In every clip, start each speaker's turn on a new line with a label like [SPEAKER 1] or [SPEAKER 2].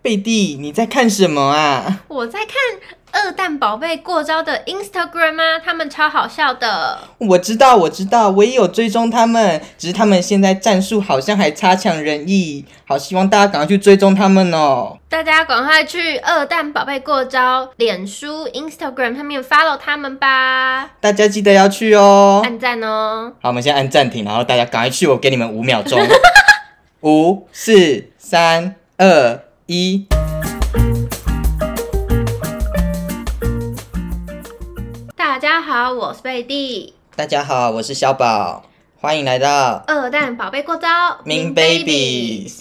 [SPEAKER 1] 贝蒂，你在看什么啊？
[SPEAKER 2] 我在看二蛋宝贝过招的 Instagram 啊，他们超好笑的。
[SPEAKER 1] 我知道，我知道，我也有追踪他们，只是他们现在战术好像还差强人意。好，希望大家赶快去追踪他们哦。
[SPEAKER 2] 大家赶快去二蛋宝贝过招脸书、Instagram 上面 follow 他们吧，
[SPEAKER 1] 大家记得要去哦。
[SPEAKER 2] 按赞哦。
[SPEAKER 1] 好，我们先按暂停，然后大家赶快去，我给你们 五秒钟。五、四、三、二、一。
[SPEAKER 2] 大家好，我是贝蒂，
[SPEAKER 1] 大家好，我是小宝，欢迎来到
[SPEAKER 2] 二蛋宝贝过招
[SPEAKER 1] Min
[SPEAKER 2] Baby
[SPEAKER 1] Babies。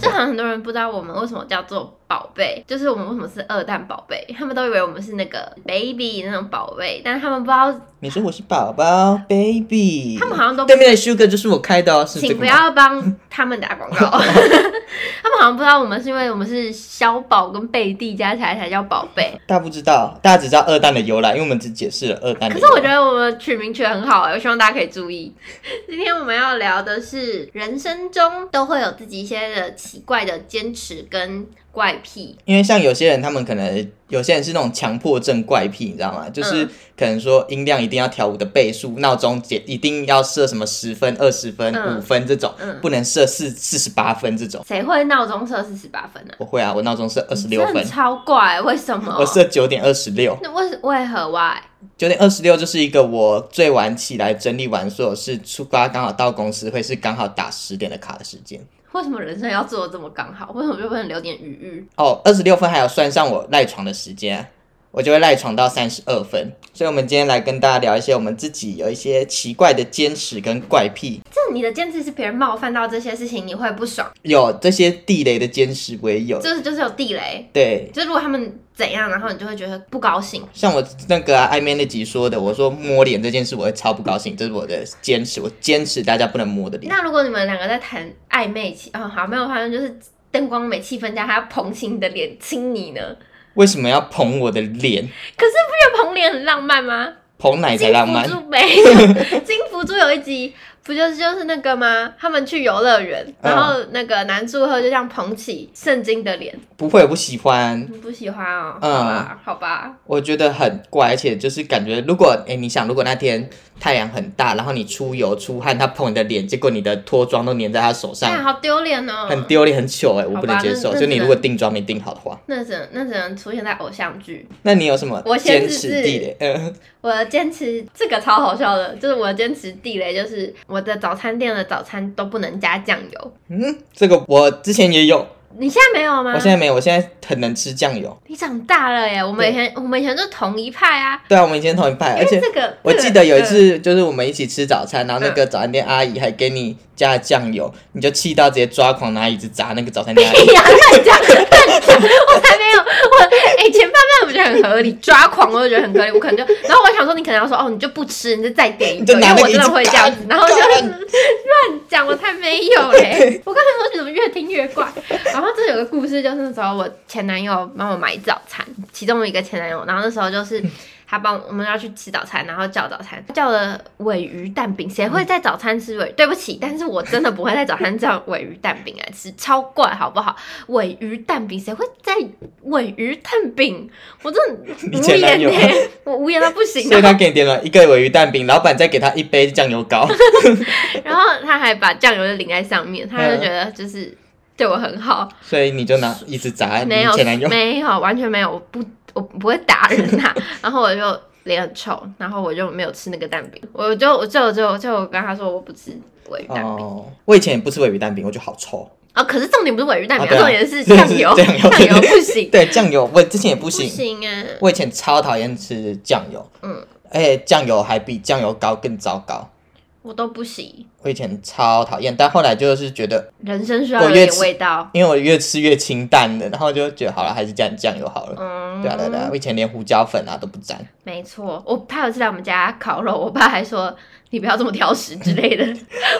[SPEAKER 2] 这好像很多人不知道我们为什么叫做宝贝，就是我们为什么是二蛋宝贝，他们都以为我们是那个 baby 那种宝贝，但是他们不知道，
[SPEAKER 1] 你说我是宝宝 baby，
[SPEAKER 2] 他们好像都不
[SPEAKER 1] 对面的 Sugar 就是我开的哦，是这个
[SPEAKER 2] 请
[SPEAKER 1] 吗
[SPEAKER 2] 不要帮他们打广 告，他们好像不知道我们是因为我们是小宝跟贝蒂加起来才叫宝贝。
[SPEAKER 1] 大家不知道，大家只知道二蛋的由来，因为我们只解释了二蛋的
[SPEAKER 2] 可
[SPEAKER 1] 由来。
[SPEAKER 2] 是我觉得我们取名取得很好、欸，我希望大家可以注 意。今天我们要聊的是人生中都会有自己一些的奇怪的坚持跟怪癖，
[SPEAKER 1] 因为像有些人，他们可能有些人是那种强迫症怪癖，你知道吗？
[SPEAKER 2] 嗯
[SPEAKER 1] 就是可能说音量一定要调五的倍数，闹钟也一定要设什么十分、二十分、
[SPEAKER 2] 嗯
[SPEAKER 1] 五分这种，
[SPEAKER 2] 嗯
[SPEAKER 1] 不能设四四十八分这种。
[SPEAKER 2] 谁会闹钟设四十八分呢、
[SPEAKER 1] 我会啊，我闹钟设二十六
[SPEAKER 2] 真的哦
[SPEAKER 1] 分，
[SPEAKER 2] 超怪、欸为什么？
[SPEAKER 1] 我设九点二十六，
[SPEAKER 2] 那为为何啊 why？
[SPEAKER 1] 九点二十六就是一个我最晚起来整理完所有事，出发刚好到公司会是刚好打十点的卡的时间。
[SPEAKER 2] 为什么人生要做的这么刚好？为什么就不能留点余裕？
[SPEAKER 1] 哦，二十六分还有算上我赖床的时间，啊我就会赖床到三十二分。所以，我们今天来跟大家聊一些我们自己有一些奇怪的坚持跟怪癖，
[SPEAKER 2] 这你的坚持是别人冒犯到这些事情，你会不爽，
[SPEAKER 1] 有这些地雷的坚持我也有。
[SPEAKER 2] 就是就是有地雷。
[SPEAKER 1] 对，
[SPEAKER 2] 就是如果他们怎样，然后你就会觉得不高兴。
[SPEAKER 1] 像我那个啊、I man 那集说的，我说摸脸这件事我会超不高兴，这是我的坚持，我坚持大家不能摸我的脸。
[SPEAKER 2] 那如果你们两个在谈暧昧期，哦，好，没有发生，就是灯光美、气氛佳，他要捧起你的脸亲你呢。
[SPEAKER 1] 为什么要捧我的脸？
[SPEAKER 2] 可是不觉得捧脸很浪漫吗？
[SPEAKER 1] 捧奶才
[SPEAKER 2] 金
[SPEAKER 1] 浪
[SPEAKER 2] 福
[SPEAKER 1] 漫。
[SPEAKER 2] 珠没 有，金福珠有一集不就是就是那个吗？他们去游乐园，
[SPEAKER 1] 嗯
[SPEAKER 2] 然后那个男祝贺就这样捧起圣经的脸，
[SPEAKER 1] 不会，我不喜欢。
[SPEAKER 2] 你不喜欢哦？
[SPEAKER 1] 嗯
[SPEAKER 2] 好吧，好吧，
[SPEAKER 1] 我觉得很怪，而且就是感觉，如果哎、诶你想，如果那天太阳很大，然后你出油出汗，他碰你的脸，结果你的脱妆都粘在他手
[SPEAKER 2] 哎，
[SPEAKER 1] 上，
[SPEAKER 2] 好丢脸哦。
[SPEAKER 1] 很丢脸，很糗哎、我不能接
[SPEAKER 2] 好吧
[SPEAKER 1] 受。
[SPEAKER 2] 那
[SPEAKER 1] 就你
[SPEAKER 2] 那
[SPEAKER 1] 如果定妆没定好的话，
[SPEAKER 2] 那只能那只能出现在偶像剧。
[SPEAKER 1] 那你有什么
[SPEAKER 2] 我先
[SPEAKER 1] 坚
[SPEAKER 2] 自
[SPEAKER 1] 持
[SPEAKER 2] 制
[SPEAKER 1] 地雷？嗯，
[SPEAKER 2] 我的坚持这个超好笑的，就是我的坚持地雷就是我的早餐店的早餐都不能加酱油。
[SPEAKER 1] 嗯这个我之前也有，
[SPEAKER 2] 你现在没有吗？
[SPEAKER 1] 我现在没有，我现在很能吃酱油。
[SPEAKER 2] 你长大了耶！我们以前我们以前就同一派啊，
[SPEAKER 1] 对啊，我们以前同一派，
[SPEAKER 2] 因
[SPEAKER 1] 而
[SPEAKER 2] 为
[SPEAKER 1] 且
[SPEAKER 2] 这个嗯
[SPEAKER 1] 我
[SPEAKER 2] 这个
[SPEAKER 1] 记得有一
[SPEAKER 2] 嗯
[SPEAKER 1] 次，就是我们一起吃早餐，然后那个早餐店阿姨还给你加了酱油，你就气到直接抓狂拿椅子砸那个早餐 店阿姨。
[SPEAKER 2] 哎呀，乱讲乱讲，我才没有我哎、前半段我觉得很合理，抓狂我就觉得很合理，我可能就，然后我想说你可能要说哦，你就不 吃，你就再点一
[SPEAKER 1] 你
[SPEAKER 2] 个，
[SPEAKER 1] 就
[SPEAKER 2] 因
[SPEAKER 1] 拿
[SPEAKER 2] 为
[SPEAKER 1] 那
[SPEAKER 2] 我
[SPEAKER 1] 个椅
[SPEAKER 2] 真
[SPEAKER 1] 子
[SPEAKER 2] 的会这样子，然哦后我就
[SPEAKER 1] 干
[SPEAKER 2] 乱讲，我才没有嘞，我刚才说怎么越听越怪，然后这有个故事就是那时候我前男友帮我买早餐，其中一个前男友，然后那时候就是。他帮我们要去吃早餐，然后叫早餐，叫了尾鱼蛋饼。谁会在早餐吃尾？对不起，但是我真的不会在早餐叫尾鱼蛋饼来吃，超怪好不好？尾鱼蛋饼，谁会在尾鱼蛋饼？我真的
[SPEAKER 1] 你
[SPEAKER 2] 无
[SPEAKER 1] 前男
[SPEAKER 2] 言
[SPEAKER 1] 友
[SPEAKER 2] 呢、我无言到不行。
[SPEAKER 1] 所以他给你点了一个尾鱼蛋饼，老板再给他一杯酱油膏。
[SPEAKER 2] 然后他还把酱油就淋在上面，他就觉得就是对我很好，
[SPEAKER 1] 所以你就拿一直砸你
[SPEAKER 2] 没有
[SPEAKER 1] 前男友，
[SPEAKER 2] 没有完全没有，我不我不会打人呐、 然后我就脸很臭，然后我就没有吃那个蛋饼，我就我就就就我跟他说我不吃鲔鱼蛋饼
[SPEAKER 1] 哦，我以前也不吃鲔鱼蛋饼，我觉得好臭。
[SPEAKER 2] 啊、可是重点不是鲔鱼蛋饼，
[SPEAKER 1] 啊对啊
[SPEAKER 2] 重点是 酱油，
[SPEAKER 1] 是酱油
[SPEAKER 2] 酱油不行，
[SPEAKER 1] 对，酱油我之前也不
[SPEAKER 2] 不
[SPEAKER 1] 行，
[SPEAKER 2] 行啊，
[SPEAKER 1] 我以前超讨厌吃酱油，
[SPEAKER 2] 嗯，
[SPEAKER 1] 而且酱油还比酱油膏更糟糕。
[SPEAKER 2] 我都不行，
[SPEAKER 1] 我以前超讨厌，但后来就是觉得，
[SPEAKER 2] 人生需要
[SPEAKER 1] 我
[SPEAKER 2] 有
[SPEAKER 1] 越
[SPEAKER 2] 点
[SPEAKER 1] 吃
[SPEAKER 2] 味道，
[SPEAKER 1] 因为我越吃越清淡了，然后就觉得好了，还是加点酱油好了。
[SPEAKER 2] 嗯，
[SPEAKER 1] 对啊对啊对啊，我以前连胡椒粉啊都不沾，
[SPEAKER 2] 没错，我他有次来我们家烤肉， 我爸还说你不要这么挑食之类的，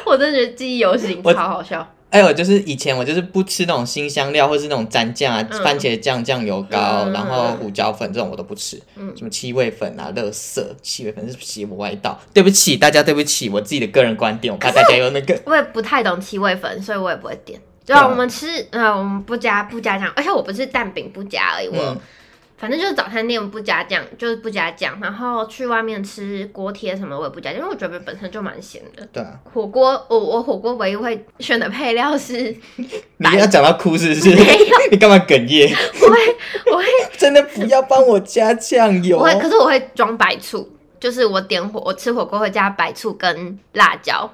[SPEAKER 2] 我真的觉得记忆犹新，
[SPEAKER 1] 我
[SPEAKER 2] 超好笑。
[SPEAKER 1] 哎，我就是以前我就是不吃那种新香料，或是那种蘸酱啊、
[SPEAKER 2] 嗯
[SPEAKER 1] 番茄酱、酱油膏，
[SPEAKER 2] 嗯嗯嗯
[SPEAKER 1] 然后胡椒粉这种我都不吃。
[SPEAKER 2] 嗯
[SPEAKER 1] 什么七味粉啊、乐色七味粉是邪魔歪道。对不起大家，对不起我自己的个人观点，我怕大家有那个
[SPEAKER 2] 我也不太懂七味粉，所以我也不会点。对
[SPEAKER 1] 对啊
[SPEAKER 2] 啊，我们吃，呃，我们不加不加酱，而且我不是蛋饼不加而 已，我、
[SPEAKER 1] 嗯
[SPEAKER 2] 反正就是早餐店不加酱，就是不加酱，然后去外面吃锅贴什么我也不加，因为我觉得本身就蛮咸的。
[SPEAKER 1] 对啊，
[SPEAKER 2] 火锅，我我火锅唯一会选的配料 是，
[SPEAKER 1] 你要讲到哭是不是
[SPEAKER 2] 没？
[SPEAKER 1] 你干嘛哽咽？
[SPEAKER 2] 我会我会
[SPEAKER 1] 真的不要帮我加酱油
[SPEAKER 2] 我。会，可是我会装白醋，就是我点火，我吃火锅会加白醋跟辣椒，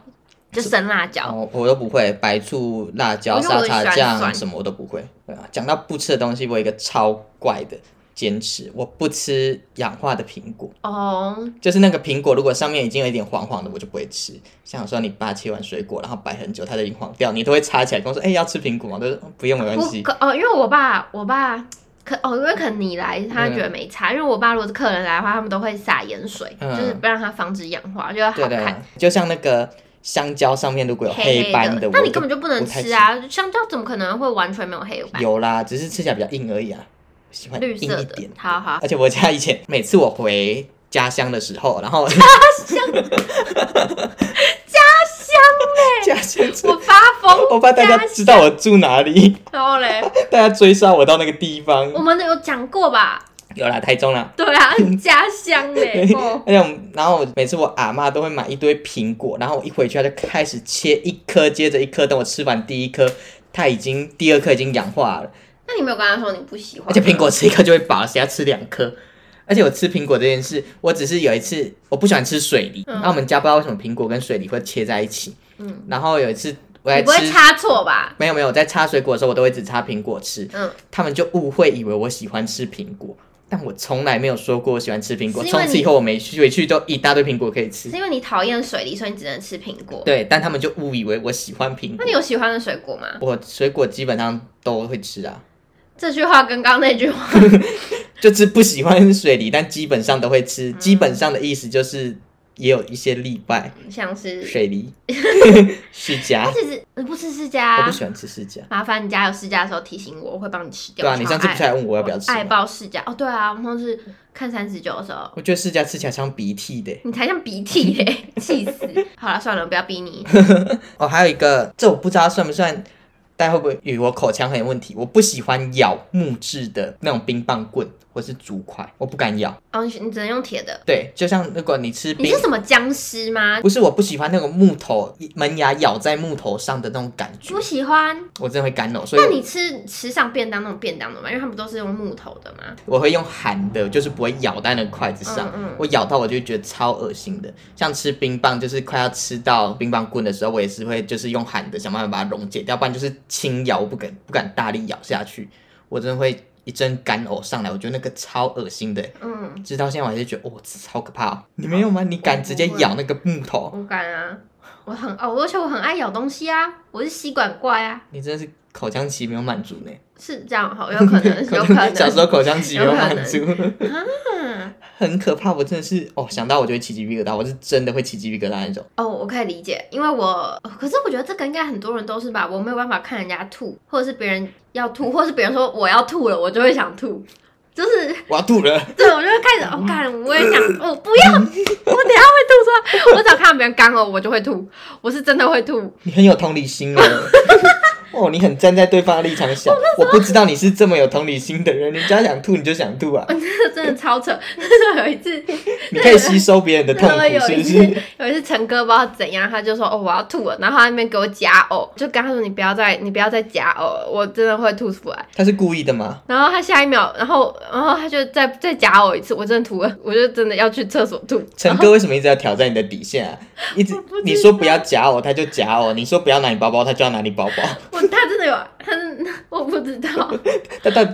[SPEAKER 2] 就生辣椒。
[SPEAKER 1] 哦，我都不会，白醋、辣椒、
[SPEAKER 2] 我觉得
[SPEAKER 1] 沙
[SPEAKER 2] 我很喜
[SPEAKER 1] 茶
[SPEAKER 2] 欢
[SPEAKER 1] 酱
[SPEAKER 2] 酸
[SPEAKER 1] 什么我都不会。对啊，讲到不吃的东西，我有一个超怪的坚持，我不吃氧化的苹果。
[SPEAKER 2] 哦，
[SPEAKER 1] 就是那个苹果，如果上面已经有一点黄黄的，我就不会吃。像说你爸切完水果，然后摆很久，它都已经黄掉，你都会插起来跟我说：“哎、要吃苹果吗？”我都说哦不用，没关
[SPEAKER 2] 不
[SPEAKER 1] 系。
[SPEAKER 2] 可哦，因为我爸我爸可哦，因为可能你来，他觉得没差，因为我爸如果是客人来的话，他们都会撒盐水，
[SPEAKER 1] 嗯
[SPEAKER 2] 就是不让它防止氧化，就要
[SPEAKER 1] 对
[SPEAKER 2] 好
[SPEAKER 1] 对
[SPEAKER 2] 看。，
[SPEAKER 1] 就像那个香蕉上面如果有
[SPEAKER 2] 黑黑
[SPEAKER 1] 斑的，
[SPEAKER 2] 那
[SPEAKER 1] 我
[SPEAKER 2] 你根本就不能
[SPEAKER 1] 太
[SPEAKER 2] 吃啊！香蕉怎么可能会完全没有黑白？
[SPEAKER 1] 有啦，只是吃起来比较硬而已啊，喜欢
[SPEAKER 2] 绿
[SPEAKER 1] 硬
[SPEAKER 2] 色
[SPEAKER 1] 一
[SPEAKER 2] 的
[SPEAKER 1] 点。，
[SPEAKER 2] 好好，
[SPEAKER 1] 而且我家以前每次我回家乡的时候，然后家乡家乡哎，家乡，
[SPEAKER 2] 我发疯
[SPEAKER 1] 我怕大家知道我住哪里，
[SPEAKER 2] 然后嘞，
[SPEAKER 1] 大家追杀我到那个地方
[SPEAKER 2] 我。们有讲过吧？
[SPEAKER 1] 有啦，台中啦。
[SPEAKER 2] 对 啊，家乡嘞，哦，
[SPEAKER 1] 而且我们，然后我每次我阿妈都会买一堆苹果，然后我一回去，她就开始切一颗接着一颗，等我吃完第一颗，它已经第二颗已经氧化了，
[SPEAKER 2] 那你没有跟他说你不喜欢吗？
[SPEAKER 1] 而且苹果吃一
[SPEAKER 2] 嗯
[SPEAKER 1] 颗就会饱，谁要吃两颗？而且我吃苹果这件事，我只是有一次我不喜欢吃水梨，
[SPEAKER 2] 嗯
[SPEAKER 1] 然后我们家不知道为什么苹果跟水梨会切在一起，
[SPEAKER 2] 嗯
[SPEAKER 1] 然后有一次我
[SPEAKER 2] 你
[SPEAKER 1] 在
[SPEAKER 2] 不会
[SPEAKER 1] 吃。
[SPEAKER 2] 插错吧？
[SPEAKER 1] 没有没有，我在擦水果的时候，我都会只擦苹果吃。
[SPEAKER 2] 嗯，
[SPEAKER 1] 他们就误会以为我喜欢吃苹果，但我从来没有说过我喜欢吃苹果。
[SPEAKER 2] 是因为
[SPEAKER 1] 从
[SPEAKER 2] 你
[SPEAKER 1] 此以后，我每去回去都一大堆苹果可以吃
[SPEAKER 2] 是。因为你讨厌水梨，所以你只能吃苹果。
[SPEAKER 1] 对，但他们就误以为我喜欢苹
[SPEAKER 2] 那
[SPEAKER 1] 果
[SPEAKER 2] 你。有喜欢的水果吗？
[SPEAKER 1] 我水果基本上都会吃啊，
[SPEAKER 2] 这句话跟刚刚那句话，
[SPEAKER 1] 就是不喜欢水梨，但基本上都会吃。基本上的意思就是也有一些例外，
[SPEAKER 2] 像是
[SPEAKER 1] 水 梨、释
[SPEAKER 2] 它
[SPEAKER 1] 迦，
[SPEAKER 2] 其实你不吃释迦
[SPEAKER 1] 啊我
[SPEAKER 2] 啊
[SPEAKER 1] 不，喜欢吃释迦。
[SPEAKER 2] 麻烦你家有释迦的时候提醒我，我会帮你吃掉。
[SPEAKER 1] 对啊，你
[SPEAKER 2] 超
[SPEAKER 1] 上次不是
[SPEAKER 2] 爱
[SPEAKER 1] 还问我要不要吃
[SPEAKER 2] 爱
[SPEAKER 1] 吗？
[SPEAKER 2] 爆释迦哦，对啊，我们上次看三十九的时候，
[SPEAKER 1] 我觉得释迦吃起来像鼻涕的。
[SPEAKER 2] 你才像鼻涕嘞，气死！好了，算了，不要逼你。
[SPEAKER 1] 哦，还有一个，这我不知道算不算，大家会不会以为我口腔很有问题？我不喜欢咬木质的那种冰棒棍或是竹筷，我不敢咬。
[SPEAKER 2] 哦，你你只能用铁的。
[SPEAKER 1] 对，就像如果你吃
[SPEAKER 2] 你
[SPEAKER 1] 冰
[SPEAKER 2] 是什么僵尸吗？
[SPEAKER 1] 不是我不喜欢那种木头门牙咬在木头上的那种感觉
[SPEAKER 2] 不，喜欢。
[SPEAKER 1] 我真的会干呕，所
[SPEAKER 2] 那
[SPEAKER 1] 以
[SPEAKER 2] 你吃吃上便当那种便当的吗？因为他们都是用木头的嘛。
[SPEAKER 1] 我会用含的，就是不会咬在那个筷子上。
[SPEAKER 2] 嗯嗯
[SPEAKER 1] 我咬到我就觉得超恶心的，像吃冰棒，就是快要吃到冰棒棍的时候，我也是会就是用含的想办法把它溶解掉，不然就是轻咬，我不敢不敢大力咬下去，我真的会一阵干呕上来，我觉得那个超恶心的，
[SPEAKER 2] 嗯，
[SPEAKER 1] 直到现在我还是觉得哦，超可怕、哦。你没有吗？你敢直接咬那个木头？
[SPEAKER 2] 我敢啊，我很哦，而且我很爱咬东西啊，我是吸管怪啊，
[SPEAKER 1] 你真的是口腔期没有满足呢。
[SPEAKER 2] 是这样 好，有可 能，有可能。
[SPEAKER 1] 小时候口腔期没有满足，
[SPEAKER 2] 嗯，
[SPEAKER 1] 很可怕。我真的是哦，想到我就会起鸡皮疙瘩，我是真的会起鸡皮疙瘩那种。
[SPEAKER 2] 哦，我可以理解，因为我可是我觉得这个应该很多人都是吧，我没有办法看人家吐，或者是别人要吐，或者是别人说我要吐了，我就会想吐。就是
[SPEAKER 1] 我要吐了，
[SPEAKER 2] 对，我就会开始，哦，干，我也想，我、不要，我等一下会吐出来。我只要看到别人干呕，我就会吐，我是真的会吐。
[SPEAKER 1] 你很有同理心哦。哦，你很站在对方的立场
[SPEAKER 2] 哦
[SPEAKER 1] 想，我不知道你是这么有同理心的人，人家想吐你就想吐啊，
[SPEAKER 2] 这真的超扯。那时候有一次，
[SPEAKER 1] 你可以吸收别人的痛
[SPEAKER 2] 那时候有
[SPEAKER 1] 苦，是
[SPEAKER 2] 一
[SPEAKER 1] 不
[SPEAKER 2] 次
[SPEAKER 1] 是？
[SPEAKER 2] 有一次陈哥不知道怎样，他就说哦我要吐了，然后他在那边给我夹呕，就跟他说你不要再你不要再夹呕了，我真的会吐出来。
[SPEAKER 1] 他是故意的吗？
[SPEAKER 2] 然后他下一秒，然后然后他就再再夹呕一次，我真的吐了，我就真的要去厕所吐。
[SPEAKER 1] 陈哥为什么一直要挑战你的底线啊？一直
[SPEAKER 2] 哦不知道
[SPEAKER 1] 你说不要夹我，他就夹我；你说不要拿你包包，他就要拿你包包。
[SPEAKER 2] 我 他真的有，他真的我不知道，
[SPEAKER 1] 他他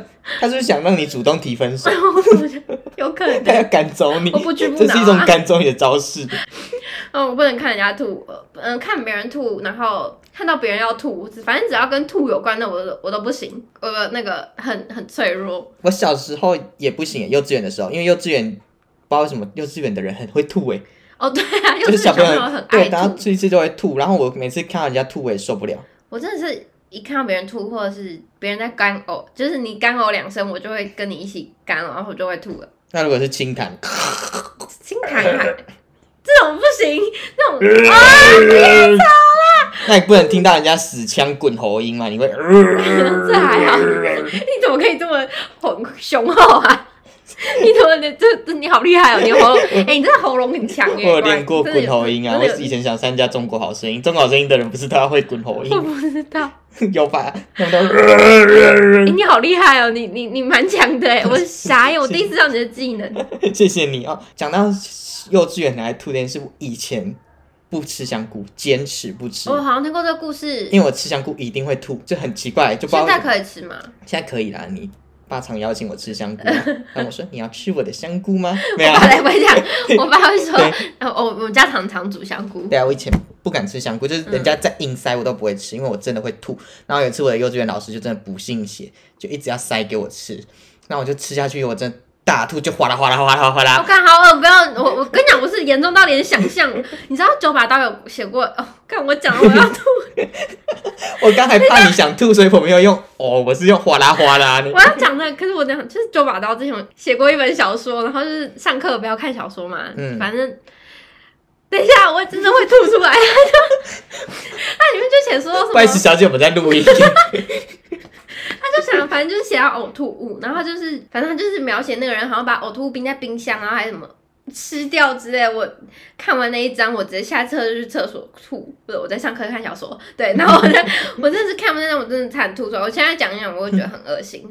[SPEAKER 1] 他是不是想让你主动提 分手？
[SPEAKER 2] 我觉得有可能。
[SPEAKER 1] 他要赶走你，
[SPEAKER 2] 我不屈不挠
[SPEAKER 1] 这
[SPEAKER 2] 啊
[SPEAKER 1] 是一种赶走你的招式。
[SPEAKER 2] 嗯，我不能看人家吐，呃嗯，看别人吐，然后呃看到别人要吐，反正只要跟吐有关的，我都我都不行，我的那个很很脆弱。
[SPEAKER 1] 我小时候也不行，幼稚园的时候，因为幼稚园不知道为什么幼稚园的人很会吐哎、
[SPEAKER 2] 哦，对啊，
[SPEAKER 1] 就
[SPEAKER 2] 幼
[SPEAKER 1] 是
[SPEAKER 2] 稚
[SPEAKER 1] 小
[SPEAKER 2] 小
[SPEAKER 1] 朋
[SPEAKER 2] 朋友
[SPEAKER 1] 友
[SPEAKER 2] 很
[SPEAKER 1] 对，
[SPEAKER 2] 爱
[SPEAKER 1] 然后
[SPEAKER 2] 吐，
[SPEAKER 1] 吃一次就会吐，然后我每次看到人家吐我也受不了，
[SPEAKER 2] 我真的是一看到别人吐，或者是别人在干呕，就是你干呕两声，我就会跟你一起干，然后我就会吐了。
[SPEAKER 1] 那如果是 清痰，啊
[SPEAKER 2] 轻侃侃，这种不行，那种
[SPEAKER 1] 那你不能听到人家死腔滚喉音嘛？你会，这
[SPEAKER 2] 还好你怎么可以这么浑雄厚啊？你怎么你这这你好厉害哦！你的 喉咙，哎、你真的喉咙很强哎、
[SPEAKER 1] 我有练过
[SPEAKER 2] 真的
[SPEAKER 1] 滚
[SPEAKER 2] 有
[SPEAKER 1] 喉音啊！
[SPEAKER 2] 真
[SPEAKER 1] 我
[SPEAKER 2] 的有
[SPEAKER 1] 以前想参加中国好声音，中国好声音的人不是都要会滚喉
[SPEAKER 2] 我
[SPEAKER 1] 音，
[SPEAKER 2] 不知道，
[SPEAKER 1] 有吧？他们
[SPEAKER 2] 哎、
[SPEAKER 1] 都，
[SPEAKER 2] 你好厉害哦！你你你蛮强 的哎、我傻眼，我第一次知道你的技能。
[SPEAKER 1] 谢谢你哦。讲到幼稚园拿来吐这件事，我以前不吃香菇，坚持不 吃，
[SPEAKER 2] 我好像听过这个故事，
[SPEAKER 1] 因为我吃香菇一定会吐，就很奇怪，就不知道
[SPEAKER 2] 现在可以吃吗？
[SPEAKER 1] 现在可以啦，你。爸常邀请我吃香 菇啊，但我说你要吃我的香菇吗？没有
[SPEAKER 2] 我
[SPEAKER 1] 啊，
[SPEAKER 2] 爸来会讲，我爸会说
[SPEAKER 1] 对，
[SPEAKER 2] 呃我我们家常常煮香菇，
[SPEAKER 1] 对啊，我以前不敢吃香菇，就是人家在硬塞我都不会吃，因为我真的会吐。然后有一次我的幼稚园老师就真的不信邪，就一直要塞给我吃，那我就吃下去，我真的大吐，就哗啦哗啦哗啦哗
[SPEAKER 2] 我
[SPEAKER 1] 啦。
[SPEAKER 2] 看哦好饿，不要我我跟你讲，我是严重到连想象，你知道九把刀有写过哦，看我讲了我要吐，
[SPEAKER 1] 我刚才怕你想吐，所以我没有用哦，我是用哗啦哗啦的
[SPEAKER 2] 我。要讲的，可是我讲就是九把刀之前有写过一本小说，然后就是上课不要看小说嘛，
[SPEAKER 1] 嗯
[SPEAKER 2] 反正。等一下，我真的会吐出来。它 就它里面就写说什么？
[SPEAKER 1] 拜石小姐，我们在录音。
[SPEAKER 2] 他就想，反正就是写到呕吐物，然后他就是，反正他就是描写那个人好像把呕吐物冰在冰箱，啊然后还什么吃掉之类。我看完那一章，我直接下车就去厕所吐，不是我在上课看小说，对，然后我在 我真的是看不那种，我真的差点吐出来。我现在讲一讲，我会觉得很恶心。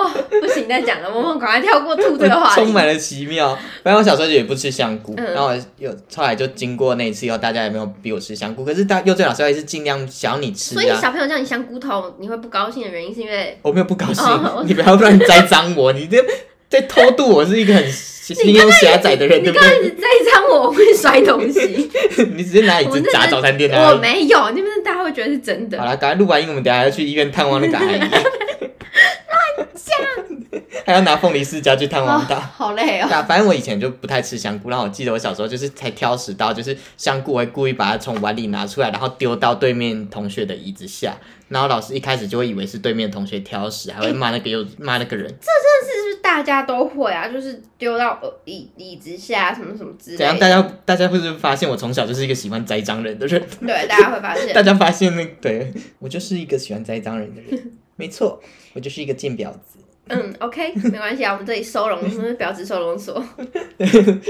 [SPEAKER 2] 哦，不行，再讲了，我们赶快跳过 吐这个话题
[SPEAKER 1] 充。满了奇妙。反正我小时候就也不吃香菇，
[SPEAKER 2] 嗯
[SPEAKER 1] 然后我有后来就经过那一次以后，大家也没有逼我吃香菇，可是大幼稚园老师还是尽量想要你吃
[SPEAKER 2] 所以
[SPEAKER 1] 啊。
[SPEAKER 2] 小朋友叫你香菇头，你会不高兴的原因是因为
[SPEAKER 1] 我没有不高兴，
[SPEAKER 2] 哦我
[SPEAKER 1] 你不要乱栽赃我，你这在偷渡，我是一个很心胸狭窄的人，
[SPEAKER 2] 你
[SPEAKER 1] 对不
[SPEAKER 2] 刚开始栽赃我，我会摔东 西，
[SPEAKER 1] 对？你直接拿椅
[SPEAKER 2] 我
[SPEAKER 1] 子
[SPEAKER 2] 真的
[SPEAKER 1] 砸早餐店的
[SPEAKER 2] 我
[SPEAKER 1] 阿姨。
[SPEAKER 2] 没有，你们大家会觉得是真的
[SPEAKER 1] 啊好。了，赶快录完音，我们等一下还要去医院探望那个阿姨。乱讲，还要拿凤梨世家去探望她。
[SPEAKER 2] 哦好累哦
[SPEAKER 1] 对。啊，反正我以前就不太吃香菇，然后我记得我小时候就是才挑食到，就是香菇我会故意把它从碗里拿出来，然后丢到对面同学的椅子下，然后老师一开始就会以为是对面同学挑食，
[SPEAKER 2] 哎
[SPEAKER 1] 还会骂那个又骂那个人，
[SPEAKER 2] 是不是大家都会啊？就是丢到呃椅椅子下什么什么之类的。
[SPEAKER 1] 怎样？大家大家会不会发现我从小就是一个喜欢栽赃人的人？
[SPEAKER 2] 对大家会发现
[SPEAKER 1] 大，家发现那对我就是一个喜欢栽赃人的人，没错，我就是一个贱婊子，
[SPEAKER 2] 嗯，OK，没关系啊，我们这里收容，我们是表子收容所，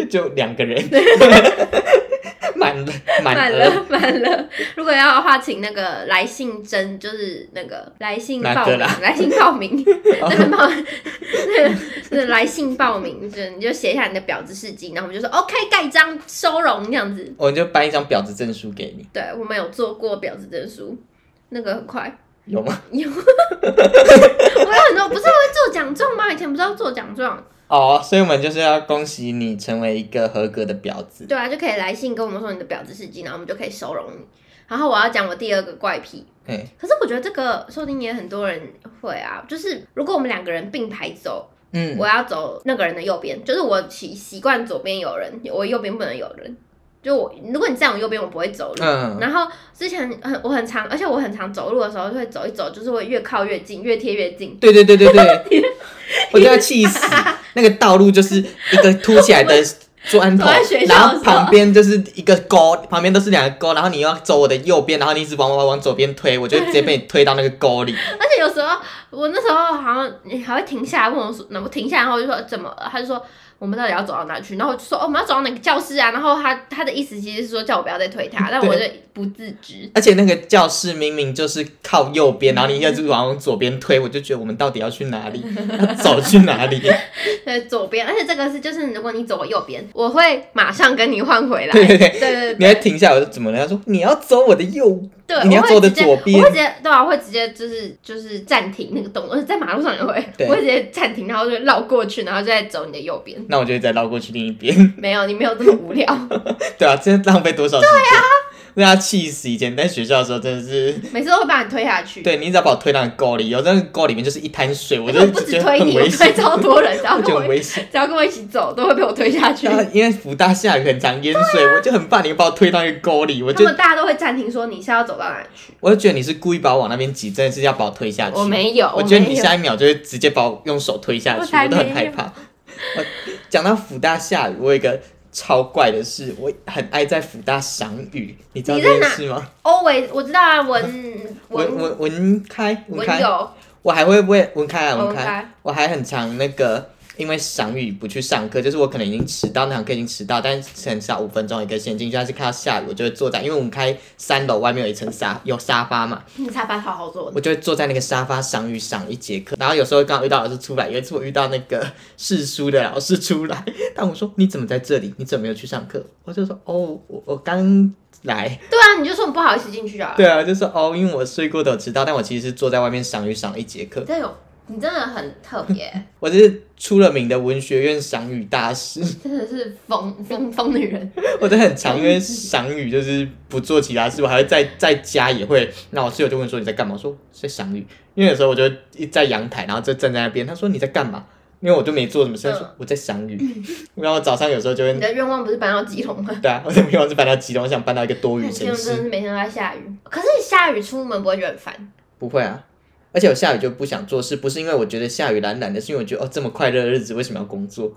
[SPEAKER 1] 就两 个人，满了
[SPEAKER 2] 满
[SPEAKER 1] 满额
[SPEAKER 2] 了满了。如果要的话，请那个来信征，就是那个来信
[SPEAKER 1] 哪
[SPEAKER 2] 报
[SPEAKER 1] 个
[SPEAKER 2] 名
[SPEAKER 1] 啦，
[SPEAKER 2] 来信报 名， 那个报，那个那个来信报名，就是你就写下你的表子事迹，然后我们就说 OK 盖章收容这样子。
[SPEAKER 1] 我们就颁一张婊子证书给你，
[SPEAKER 2] 对，我们有做过表子证书，那个很快。
[SPEAKER 1] 有吗？
[SPEAKER 2] 有，我有很多不是还会做奖状吗？以前不是要做奖状，
[SPEAKER 1] 哦，所以我们就是要恭喜你成为一个合格的婊子。
[SPEAKER 2] 对啊，就可以来信跟我们说你的婊子事迹，然后我们就可以收容你。然后我要讲我第二个怪癖，
[SPEAKER 1] 嘿，
[SPEAKER 2] 可是我觉得这个说不定也很多人会啊，就是如果我们两个人并排走，
[SPEAKER 1] 嗯，
[SPEAKER 2] 我要走那个人的右边，就是我习习惯左边有人，我右边不能有人。就我，如果你站我右边，我不会走路。
[SPEAKER 1] 嗯
[SPEAKER 2] 然后之前很我很常，而且我很常走路的时候，就会走一走，就是会越靠越近，越贴越近。
[SPEAKER 1] 对对对对 对，我就要气死。那个道路就是一个凸起来的砖头
[SPEAKER 2] 我在学，校的时候
[SPEAKER 1] 然后旁边就是一个沟，旁边都是两个沟，然后你又要走我的右边，然后你一直往往往左边推，我就直接被你推到那个沟 里。
[SPEAKER 2] 而且有时候我那时候好像你还会停下来问我说，那我停下来，然后我就说怎么了？他就说哦我们到底要走到哪去？然后我就说哦，我们要走到哪个教室啊？然后他他的意思其实是说叫我不要再推 他，但我就不自知。
[SPEAKER 1] 而且那个教室明明就是靠右边，然后你一直往往左边推，我就觉得我们到底要去哪里，要走去哪里？
[SPEAKER 2] 对，左边，而且这个是就是如果你走我右边，我会马上跟你换回来。
[SPEAKER 1] 对对对。
[SPEAKER 2] 对对
[SPEAKER 1] 你还停下来，我就怎么了？他说你要走我的右
[SPEAKER 2] 对，
[SPEAKER 1] 你要
[SPEAKER 2] 我会
[SPEAKER 1] 走的
[SPEAKER 2] 直接
[SPEAKER 1] 左边
[SPEAKER 2] 我会直接对啊，我会直接就是就是暂停那个动作，而且在马路上也会，
[SPEAKER 1] 对
[SPEAKER 2] 我会直接暂停，然后就绕过去，然后就再走你的右边。
[SPEAKER 1] 那我就会再绕过去另一边。
[SPEAKER 2] 没有，你没有这么无聊。
[SPEAKER 1] 对啊，真的浪费多少时间？让他气死以前在学校的时候真的是，
[SPEAKER 2] 每次都会把你推下去。
[SPEAKER 1] 对你只要把我推到沟里，有真的沟里面就是一滩水，我
[SPEAKER 2] 而
[SPEAKER 1] 就
[SPEAKER 2] 且不
[SPEAKER 1] 觉
[SPEAKER 2] 止
[SPEAKER 1] 得
[SPEAKER 2] 推
[SPEAKER 1] 很
[SPEAKER 2] 你，我
[SPEAKER 1] 危
[SPEAKER 2] 推
[SPEAKER 1] 险，
[SPEAKER 2] 超多 人，只要
[SPEAKER 1] 我觉
[SPEAKER 2] 跟
[SPEAKER 1] 得
[SPEAKER 2] 我
[SPEAKER 1] 很危啊险。
[SPEAKER 2] 只要跟我一起走，都会被我推下去。
[SPEAKER 1] 然后因为福大下雨很常淹水，我就很怕你把我推到一个沟里，我
[SPEAKER 2] 啊他
[SPEAKER 1] 就
[SPEAKER 2] 们大家都会暂停说你是要走到哪里去。
[SPEAKER 1] 我就觉得你是故意把我往那边挤，真的是要把我推下去。
[SPEAKER 2] 我没有，
[SPEAKER 1] 我觉得
[SPEAKER 2] 没
[SPEAKER 1] 你
[SPEAKER 2] 有
[SPEAKER 1] 下一秒就会直接把我用手推下
[SPEAKER 2] 我
[SPEAKER 1] 去，我
[SPEAKER 2] 才
[SPEAKER 1] 都很
[SPEAKER 2] 没
[SPEAKER 1] 害
[SPEAKER 2] 有
[SPEAKER 1] 怕。我讲到福大下雨，我有一个超怪的事，我很爱在福大赏雨，你知道
[SPEAKER 2] 你
[SPEAKER 1] 这
[SPEAKER 2] 在
[SPEAKER 1] 件
[SPEAKER 2] 哪
[SPEAKER 1] 事吗？
[SPEAKER 2] always 我知道啊，文
[SPEAKER 1] 文
[SPEAKER 2] 文
[SPEAKER 1] 文文开文
[SPEAKER 2] 文
[SPEAKER 1] 开，
[SPEAKER 2] 友
[SPEAKER 1] 我还会为文开啊文
[SPEAKER 2] 文
[SPEAKER 1] 开
[SPEAKER 2] 开，
[SPEAKER 1] 我还很常那个。因为赏雨不去上课，就是我可能已经迟到，那堂课已经迟到，但是很少五分钟一个先进去。但是看到下雨，我就会坐在，因为我们开三楼外面有一层沙，有沙发嘛，
[SPEAKER 2] 你才把好好做的。
[SPEAKER 1] 我就会坐在那个沙发赏雨赏一节课，然后有时候刚好遇到老师出来，有一次我遇到那个 世书的老师出来，但我说你怎么在这里？你怎么没有去上课？我就说哦，我我刚来，
[SPEAKER 2] 对啊，你就说你不好意思进去啊。
[SPEAKER 1] 对啊，就说哦，因为我睡过头迟到，但我其实是坐在外面赏雨赏一节课
[SPEAKER 2] 你，真的有，你真的很特别，
[SPEAKER 1] 我是出了名的文学院赏雨大师，
[SPEAKER 2] 真的是疯疯疯女人。
[SPEAKER 1] 我真的很常因为赏雨就是不做其他事，我还会在在家也会。那我室友就问说你在干嘛？我说在赏雨，因为有时候我就一在阳台，然后就站在那边，他说你在干嘛？因为我就没做什么事，他说我在赏雨。然后我早上有时候就
[SPEAKER 2] 你
[SPEAKER 1] 会，
[SPEAKER 2] 的愿望不是搬到基隆吗？
[SPEAKER 1] 对啊，我的愿望是搬到吉隆，我想搬到一个 多雨
[SPEAKER 2] 基
[SPEAKER 1] 城
[SPEAKER 2] 隆真的
[SPEAKER 1] 市。
[SPEAKER 2] 是每天都在下雨，可是下雨出门不会觉得很烦。
[SPEAKER 1] 不会啊，而且我下雨就不想做事，不是因为我觉得下雨懒懒的，是因为我觉得哦这么快乐的日子为什么要工作？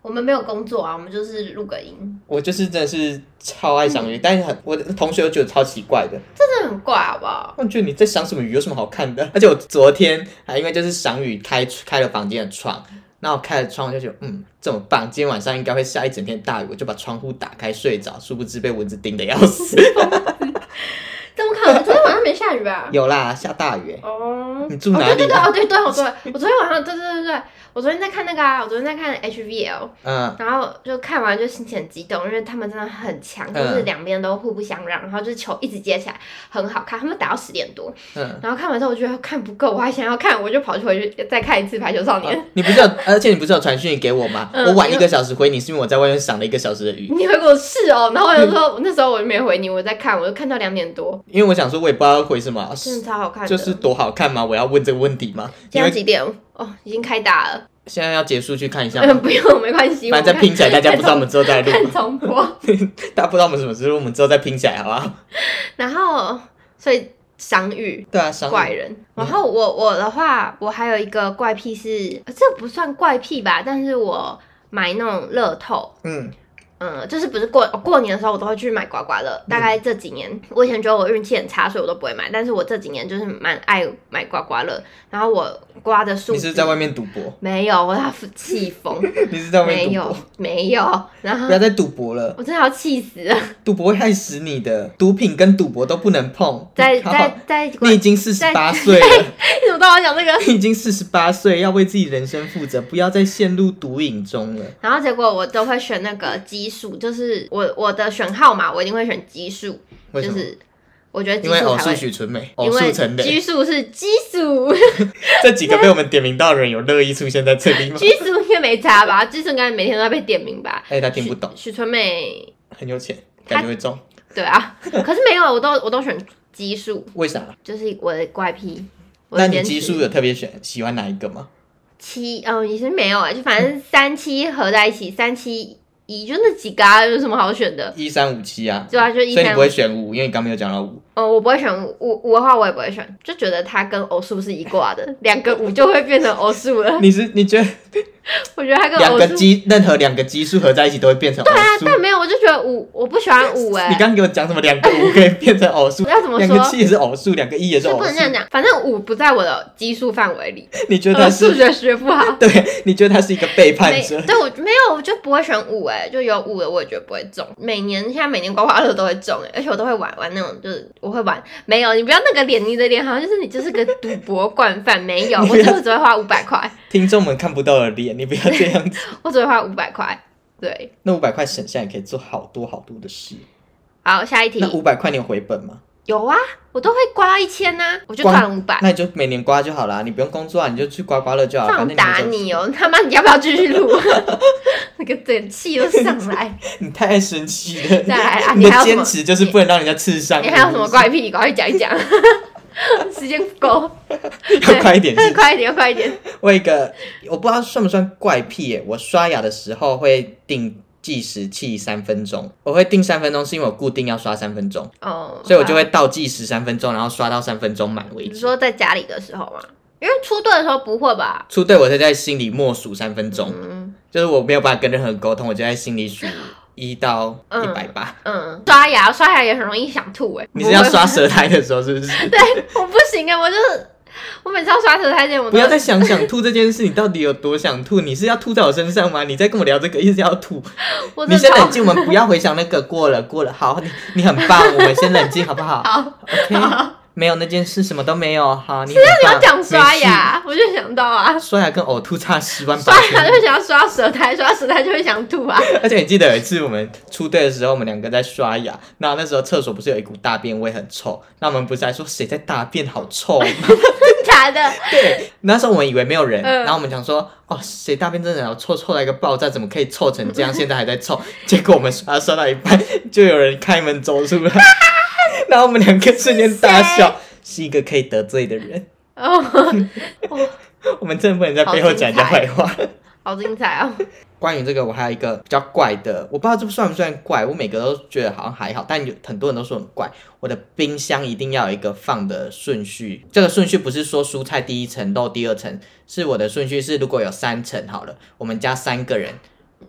[SPEAKER 2] 我们没有工作啊，我们就是录个音，
[SPEAKER 1] 我就是真的是超爱赏雨，但是很我的同学都觉得超奇怪的。
[SPEAKER 2] 真的很怪，好不好？
[SPEAKER 1] 我觉得你在赏什么鱼，有什么好看的？而且我昨天还因为就是赏雨开开了房间的窗，那我开了窗我就觉得嗯这么棒，今天晚上应该会下一整天大雨，我就把窗户打开睡着，殊不知被蚊子叮的要死。
[SPEAKER 2] 怎么可能？昨天晚上没下雨啊吧？
[SPEAKER 1] 有啦，下大雨、欸，
[SPEAKER 2] 哦，
[SPEAKER 1] 你住哪里啊
[SPEAKER 2] 哦，对对对，哦对对，我昨我昨天晚上，对对对对，我昨天在看那个啊，我昨天在看 HVL，
[SPEAKER 1] 嗯，
[SPEAKER 2] 然后就看完就心情很激动，因为他们真的很强，就是
[SPEAKER 1] 嗯
[SPEAKER 2] 两边都互不相让，然后就是球一直接起来，很好看。他们打到十点多，
[SPEAKER 1] 嗯。
[SPEAKER 2] 然后看完之后我觉得看不够，我还想要看，我就跑去回去再看一次《排球少年》
[SPEAKER 1] 嗯你不是有，而且你不是有传讯给我吗？
[SPEAKER 2] 嗯
[SPEAKER 1] 我晚一个小时回你，是因为我在外面赏了一个小时的雨，
[SPEAKER 2] 你回我是哦，然后我就
[SPEAKER 1] 嗯
[SPEAKER 2] 说，那时候我就没回你，我在看，我就看到两点多，
[SPEAKER 1] 因为我想说，我也不知道回什么啊，
[SPEAKER 2] 真的超好看的。
[SPEAKER 1] 就是多好看吗？我要问这个问题吗？
[SPEAKER 2] 现
[SPEAKER 1] 因
[SPEAKER 2] 在
[SPEAKER 1] 为
[SPEAKER 2] 几点？哦，已经开打了。
[SPEAKER 1] 现在要结束去看一下
[SPEAKER 2] 嗯，
[SPEAKER 1] 吗，
[SPEAKER 2] 不用，没关系。
[SPEAKER 1] 反正再拼起来，大家不知道我们之后再录，
[SPEAKER 2] 看重播。
[SPEAKER 1] 大家不知道我们什么时候，我们之后再拼起来，好不好？
[SPEAKER 2] 然后，所以赏雨
[SPEAKER 1] 对啊，赏雨
[SPEAKER 2] 怪人。然后我我的话，我还有一个怪癖是，呃这不算怪癖吧？但是我买那种乐透。
[SPEAKER 1] 嗯，
[SPEAKER 2] 嗯，就是不是过过年的时候，我都会去买刮刮乐。
[SPEAKER 1] 嗯
[SPEAKER 2] 大概这几年，我以前觉得我运气很差，所以我都不会买。但是我这几年就是蛮爱买刮刮乐，然后我刮的数
[SPEAKER 1] 你
[SPEAKER 2] 字
[SPEAKER 1] 是在外面赌博？
[SPEAKER 2] 没有，我要气疯，
[SPEAKER 1] 你 是在外面
[SPEAKER 2] 没
[SPEAKER 1] 赌
[SPEAKER 2] 有啊
[SPEAKER 1] 博？
[SPEAKER 2] 没有。然后
[SPEAKER 1] 不要再赌博了，
[SPEAKER 2] 我真的要气死了，
[SPEAKER 1] 赌博会害死你的，毒品跟赌博都不能碰。
[SPEAKER 2] 在
[SPEAKER 1] 好
[SPEAKER 2] 在在
[SPEAKER 1] 你已经四十八岁了，
[SPEAKER 2] 你怎么都要讲这个？
[SPEAKER 1] 你已经四十八岁，要为自己人生负责，不要再陷入毒瘾中了。
[SPEAKER 2] 然后结果我都会选那个奇数，就是我我的选号码，我一定会选奇数，
[SPEAKER 1] 为什
[SPEAKER 2] 就
[SPEAKER 1] 么？
[SPEAKER 2] 是我觉得奇
[SPEAKER 1] 因为
[SPEAKER 2] 数
[SPEAKER 1] 偶
[SPEAKER 2] 才
[SPEAKER 1] 数
[SPEAKER 2] 会。
[SPEAKER 1] 许纯美，偶
[SPEAKER 2] 因
[SPEAKER 1] 数
[SPEAKER 2] 为
[SPEAKER 1] 成
[SPEAKER 2] 奇
[SPEAKER 1] 累。
[SPEAKER 2] 数是奇数，
[SPEAKER 1] 这几个被我们点名到的人有乐意出现在这 里吗？
[SPEAKER 2] 奇数应该没差吧？奇数应该每天都要被点名吧？
[SPEAKER 1] 哎，他听不懂，
[SPEAKER 2] 许纯美，
[SPEAKER 1] 很有钱，感觉会中。
[SPEAKER 2] 对啊， 可是没有，我都我都选奇数，
[SPEAKER 1] 为啥？
[SPEAKER 2] 就是我的怪癖。我
[SPEAKER 1] 那
[SPEAKER 2] 的
[SPEAKER 1] 你
[SPEAKER 2] 坚持
[SPEAKER 1] 基数有特别选喜欢哪一个吗？
[SPEAKER 2] 七，嗯，也是没有啊，就反正三七合在一起，三七一就那几个啊，有什么好选的？
[SPEAKER 1] 一三五七啊，
[SPEAKER 2] 对啊，就一
[SPEAKER 1] 所以你
[SPEAKER 2] 三
[SPEAKER 1] 不会选五，因为你刚没有讲到五。
[SPEAKER 2] 哦，我不会选五五五的话，我也不会选，就觉得它跟偶数是一挂的，两个五就会变成偶数了。
[SPEAKER 1] 你是你觉得
[SPEAKER 2] 我啊觉得它跟
[SPEAKER 1] 两
[SPEAKER 2] 偶
[SPEAKER 1] 个
[SPEAKER 2] 数，
[SPEAKER 1] 基任何两个基数合在一起都会变成偶数。
[SPEAKER 2] 但没有，我就觉得五，我不喜欢五哎、
[SPEAKER 1] 你刚给我讲什么？两个五可以变成偶数，
[SPEAKER 2] 要怎么
[SPEAKER 1] 两个
[SPEAKER 2] 说？
[SPEAKER 1] 七也是偶数，两个一也是
[SPEAKER 2] 就
[SPEAKER 1] 偶
[SPEAKER 2] 不能这
[SPEAKER 1] 数
[SPEAKER 2] 样。讲，反正五不在我的基数范围里。
[SPEAKER 1] 你觉得
[SPEAKER 2] 我
[SPEAKER 1] 他
[SPEAKER 2] 数
[SPEAKER 1] 是？
[SPEAKER 2] 学学不好，
[SPEAKER 1] 对，你觉得他是一个背叛
[SPEAKER 2] 没
[SPEAKER 1] 者？
[SPEAKER 2] 对我没有，我就不会选五哎、就有五的我也觉得不会中。每年现在每年刮刮乐都会中哎、而且我都会玩玩那种，就是我会玩。没有，你不要那个脸，你的脸好像就是你就是个赌博惯犯。没 有，我真的只会花五百块，
[SPEAKER 1] 听众们看不到的脸，你不要这样子。
[SPEAKER 2] 我只会花五百块。对，
[SPEAKER 1] 那五百块省下，你可以做好多好多的事。
[SPEAKER 2] 好，下一题
[SPEAKER 1] 那。五百块你有回本吗？
[SPEAKER 2] 有啊，我都会刮到一千呐、我就
[SPEAKER 1] 刮
[SPEAKER 2] 赚五百。
[SPEAKER 1] 那你就每年刮就好啦，你不用工作啊，你就去刮刮乐就好了。反
[SPEAKER 2] 放
[SPEAKER 1] 正
[SPEAKER 2] 打
[SPEAKER 1] 你
[SPEAKER 2] 你哦！他妈，你要不要继续 录？那个整气又上来，
[SPEAKER 1] 就，你太神奇了。
[SPEAKER 2] 再来啊！你
[SPEAKER 1] 你的
[SPEAKER 2] 还有什
[SPEAKER 1] 坚
[SPEAKER 2] 么？
[SPEAKER 1] 持啊就是不能让人家刺伤。
[SPEAKER 2] 你还有什么怪癖？赶快讲一讲， 时间不够，
[SPEAKER 1] 要快一点，是
[SPEAKER 2] 快一点，快一点！
[SPEAKER 1] 我有一个我不知道算不算怪癖耶，我刷牙的时候会定计时器三分钟，我会定三分钟是因为我固定要刷三分钟，
[SPEAKER 2] 哦，
[SPEAKER 1] 所以我就会倒计时三分钟，然后刷到三分钟满为
[SPEAKER 2] 你
[SPEAKER 1] 止。
[SPEAKER 2] 说在家里的时候嘛，因为出队的时候不会吧？
[SPEAKER 1] 出队我是在心里默数三分钟，
[SPEAKER 2] 嗯
[SPEAKER 1] 就是我没有办法跟任何人沟通，我就在心里数一到
[SPEAKER 2] 嗯
[SPEAKER 1] 一百八。
[SPEAKER 2] 嗯，刷牙刷牙也很容易想吐哎、
[SPEAKER 1] 你是要刷舌苔的时候是不是？
[SPEAKER 2] 对，我不行啊，我就是我每次要刷舌苔前，我
[SPEAKER 1] 不
[SPEAKER 2] 都
[SPEAKER 1] 要再想想吐这件事，你到底有多想吐？你是要吐在我身上吗？你在跟我聊这个，一直要吐。
[SPEAKER 2] 我
[SPEAKER 1] 你
[SPEAKER 2] 真
[SPEAKER 1] 先
[SPEAKER 2] 的
[SPEAKER 1] 冷
[SPEAKER 2] 超
[SPEAKER 1] 静，我们不要回想那个过了过了。好，你你很棒，我们先冷静好不好
[SPEAKER 2] 好。
[SPEAKER 1] ？OK，没有那件事，什么都没有。好，
[SPEAKER 2] 啊你
[SPEAKER 1] 你很
[SPEAKER 2] 要
[SPEAKER 1] 棒
[SPEAKER 2] 讲刷，
[SPEAKER 1] 没
[SPEAKER 2] 牙，我就想到啊
[SPEAKER 1] 事，刷牙跟呕吐差十万八
[SPEAKER 2] 刷牙
[SPEAKER 1] 千。
[SPEAKER 2] 就想要刷舌苔，刷舌苔就会想吐 啊。
[SPEAKER 1] 而且你记得有一次我们出队的时候，我们两个在刷牙，那那时候厕所不是有一股大便味很臭，那我们不是还说谁在大便好臭吗？
[SPEAKER 2] 假的，
[SPEAKER 1] 对，那时候我们以为没有人，
[SPEAKER 2] 嗯
[SPEAKER 1] 然后我们想说，哦，谁大便真的好臭，臭到一个爆炸，怎么可以臭成这样？现在还在臭， 结果我们刷刷到一半，就有人开门走出来， 然后我们两个瞬间大笑，是一个可以得罪的人，
[SPEAKER 2] 哦，
[SPEAKER 1] 我们真的不能在背后讲人家坏话。
[SPEAKER 2] 好精彩哦！
[SPEAKER 1] 关于这个，我还有一个比较怪的，我不知道这算不算怪，我每个都觉得好像还好，但有很多人都说很怪。我的冰箱一定要有一个放的顺序，这个顺序不是说蔬菜第一层，肉第二层，是我的顺序是如果有三层好了，我们家三个人，